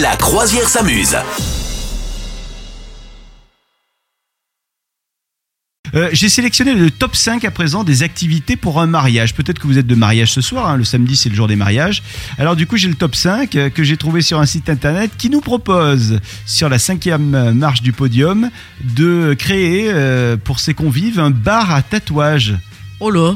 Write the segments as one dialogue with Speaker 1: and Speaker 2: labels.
Speaker 1: La croisière s'amuse.
Speaker 2: Euh, J'ai sélectionné le top 5 à présent des activités pour un mariage. Peut-être que vous êtes de mariage ce soir, hein, le samedi c'est le jour des mariages. Alors du coup j'ai le top 5 euh, que j'ai trouvé sur un site internet qui nous propose sur la cinquième euh, marche du podium de créer euh, pour ses convives un bar à tatouage.
Speaker 3: Oh là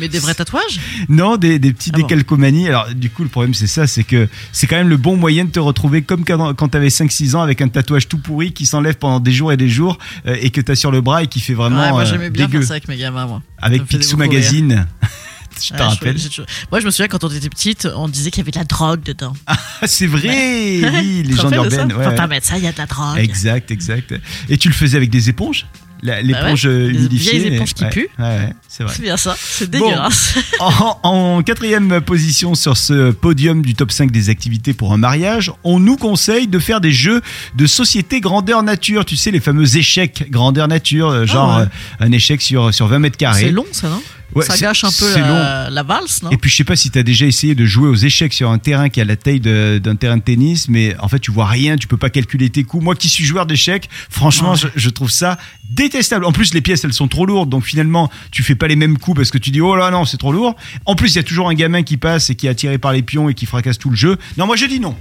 Speaker 3: Mais des vrais tatouages
Speaker 2: Non, des, des petits
Speaker 3: Ah bon.
Speaker 2: décalcomanies. Alors du coup le problème c'est ça, c'est que c'est quand même le bon moyen de te retrouver comme quand, quand t'avais 5-6 ans avec un tatouage tout pourri qui s'enlève pendant des jours et des jours euh, et que t'as sur le bras et qui fait vraiment
Speaker 3: Ouais, moi
Speaker 2: euh,
Speaker 3: j'aimais bien
Speaker 2: dégueu.
Speaker 3: faire ça avec mes gamins, moi. Ça
Speaker 2: Avec
Speaker 3: me faisait
Speaker 2: Picsou
Speaker 3: beaucoup rire.
Speaker 2: Magazine. Je te
Speaker 3: Ouais, je-
Speaker 2: rappelle.
Speaker 3: j'ai toujours- Moi je me souviens quand on était petite, on disait qu'il y avait de la drogue dedans.
Speaker 2: Ah, c'est vrai, oui,
Speaker 3: Tu
Speaker 2: les
Speaker 3: te
Speaker 2: gens
Speaker 3: rappelles de ça
Speaker 2: urbaines. ouais,
Speaker 3: Faut pas
Speaker 2: ouais.
Speaker 3: mettre ça, il y a de la drogue.
Speaker 2: Exact, exact. Et tu le faisais avec des éponges La- L'éponge euh,
Speaker 3: Bah des
Speaker 2: humidifiée.
Speaker 3: vieilles éponges qui
Speaker 2: ouais,
Speaker 3: puent.
Speaker 2: ouais, ouais, c'est vrai.
Speaker 3: C'est bien ça, c'est
Speaker 2: Bon.
Speaker 3: dégueulasse.
Speaker 2: En, en quatrième position sur ce podium du top 5 des activités pour un mariage, on nous conseille de faire des jeux de société grandeur nature. Tu sais, les fameux échecs grandeur nature, euh, genre
Speaker 3: Ah ouais.
Speaker 2: euh, un échec sur, sur 20 mètres carrés.
Speaker 3: C'est long ça, non
Speaker 2: Ouais,
Speaker 3: Ça
Speaker 2: c'est-
Speaker 3: gâche un peu
Speaker 2: c'est long.
Speaker 3: la, la valse, non
Speaker 2: Et puis je sais pas si tu as déjà essayé de jouer aux échecs sur un terrain qui a la taille de- d'un terrain de tennis, mais en fait tu vois rien, tu peux pas calculer tes coups. Moi qui suis joueur d'échecs, franchement
Speaker 3: Ouais.
Speaker 2: je, je trouve ça détestable. En plus les pièces elles sont trop lourdes, donc finalement tu fais pas les mêmes coups parce que tu dis oh là non c'est trop lourd. En plus il y a toujours un gamin qui passe et qui est attiré par les pions et qui fracasse tout le jeu. Non moi je dis non.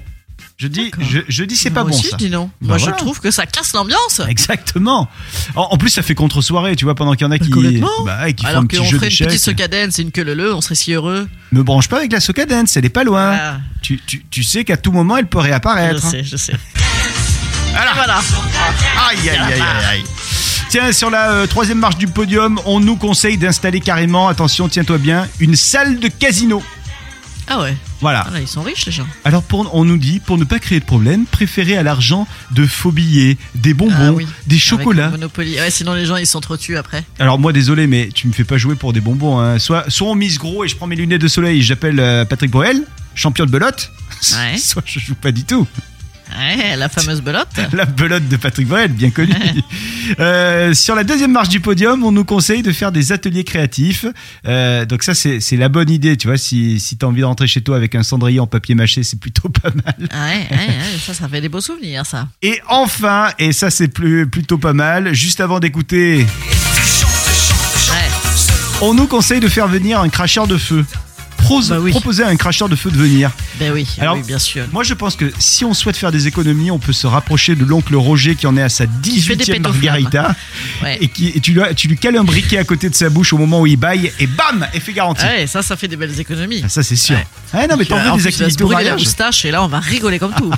Speaker 2: Je dis
Speaker 3: D'accord.
Speaker 2: je, je dis c'est
Speaker 3: Bah,
Speaker 2: pas
Speaker 3: moi
Speaker 2: bon
Speaker 3: aussi,
Speaker 2: ça.
Speaker 3: je dis non.
Speaker 2: Bah,
Speaker 3: moi
Speaker 2: voilà. Bah,
Speaker 3: je trouve que ça casse l'ambiance.
Speaker 2: Exactement. En, en plus ça fait contre soirée, tu vois pendant qu'il y en a qui
Speaker 3: complètement.
Speaker 2: bah, et qui font
Speaker 3: Alors
Speaker 2: un petit
Speaker 3: qu'on
Speaker 2: jeu
Speaker 3: ferait une petite
Speaker 2: d'échecs.
Speaker 3: socadence et une queue leu on serait si heureux.
Speaker 2: Me branche pas avec la soca dance, elle est pas loin.
Speaker 3: Ah,
Speaker 2: Tu, tu- tu sais qu'à tout moment, elle peut
Speaker 3: je
Speaker 2: réapparaître. hein.
Speaker 3: sais, je sais. Et voilà.
Speaker 2: Aïe, aïe, aïe, aïe, aïe. Tiens, sur la euh, troisième marche du podium, on nous conseille d'installer carrément, attention, tiens-toi bien, une salle de casino.
Speaker 3: Ah ouais,
Speaker 2: Voilà.
Speaker 3: Ah là, ils sont riches les gens.
Speaker 2: Alors, pour- on nous dit, pour ne pas créer de problème, préférez à l'argent de faux billets, des bonbons,
Speaker 3: Ah oui.
Speaker 2: des
Speaker 3: Avec
Speaker 2: chocolats.
Speaker 3: le Monopoly. Ouais, sinon les gens ils s'entretuent après.
Speaker 2: Alors, moi, désolé, mais tu me fais pas jouer pour des bonbons. hein. Soit, soit on mise gros et je prends mes lunettes de soleil et j'appelle euh, Patrick Bruel, champion de belote.
Speaker 3: Ouais.
Speaker 2: soit je joue pas du tout.
Speaker 3: Ouais, la fameuse belote.
Speaker 2: La belote de Patrick Bruel, bien connue. Euh, sur la deuxième marche du podium, on nous conseille de faire des ateliers créatifs. Euh, donc ça, c'est c'est la bonne idée, tu vois. Si, si tu as envie de rentrer chez toi avec un cendrier en papier mâché, c'est plutôt pas mal.
Speaker 3: Ah Ouais, ouais, ouais, ça, ça fait des beaux souvenirs, ça.
Speaker 2: Et enfin, et ça, c'est plus- plutôt pas mal, juste avant d'écouter,
Speaker 3: Ouais.
Speaker 2: on nous conseille de faire venir un cracheur de feu. Prose-
Speaker 3: Bah oui.
Speaker 2: Proposer à un cracheur de feu de venir.
Speaker 3: Ben oui,
Speaker 2: Alors-
Speaker 3: oui, bien sûr.
Speaker 2: Moi, je pense que si on souhaite faire des économies, on peut se rapprocher de l'oncle Roger qui en est à sa
Speaker 3: fait des
Speaker 2: 18e
Speaker 3: pétoflammes.
Speaker 2: margarita.
Speaker 3: Ouais.
Speaker 2: Et, qui, et tu, lui, tu lui cales un briquet à côté de sa bouche au moment où il baille, et bam, effet garanti.
Speaker 3: Ouais, ça, ça fait des belles économies.
Speaker 2: Ah, ça, c'est sûr.
Speaker 3: Ouais.
Speaker 2: Ah, non, mais t'en
Speaker 3: Euh, en
Speaker 2: veux des
Speaker 3: plus, il va se
Speaker 2: activités au
Speaker 3: brûler la
Speaker 2: mariage. Ah,
Speaker 3: moustache et là, on va rigoler comme tout.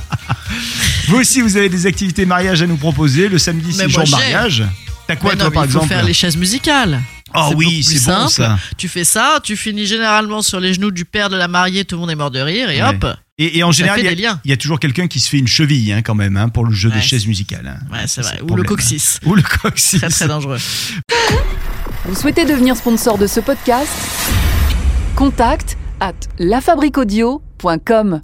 Speaker 2: Vous aussi, vous avez des activités mariage à nous proposer. Le samedi, c'est
Speaker 3: Mais
Speaker 2: jour
Speaker 3: moi, j'ai.
Speaker 2: mariage. T'as quoi,
Speaker 3: Mais
Speaker 2: toi,
Speaker 3: non, mais
Speaker 2: par
Speaker 3: il faut
Speaker 2: exemple
Speaker 3: faire les chaises musicales.
Speaker 2: Oh
Speaker 3: c'est
Speaker 2: oui,
Speaker 3: beaucoup plus
Speaker 2: c'est bon
Speaker 3: simple.
Speaker 2: ça.
Speaker 3: Tu fais ça, tu finis généralement sur les genoux du père de la mariée, tout le monde est mort de rire et
Speaker 2: Ouais.
Speaker 3: hop.
Speaker 2: Et, et en général,
Speaker 3: fait
Speaker 2: il y a-
Speaker 3: des liens.
Speaker 2: il y, a toujours quelqu'un qui se fait une cheville hein, quand même hein, pour le jeu
Speaker 3: Ouais,
Speaker 2: des chaises
Speaker 3: c'est-
Speaker 2: musicales. hein.
Speaker 3: Ouais, c'est
Speaker 2: Ça,
Speaker 3: vrai. Ou le
Speaker 2: problème,
Speaker 3: coccyx.
Speaker 2: hein. Ou le coccyx.
Speaker 3: Très très dangereux.
Speaker 4: Vous souhaitez devenir sponsor de ce podcast Contact à lafabriquaudio.com.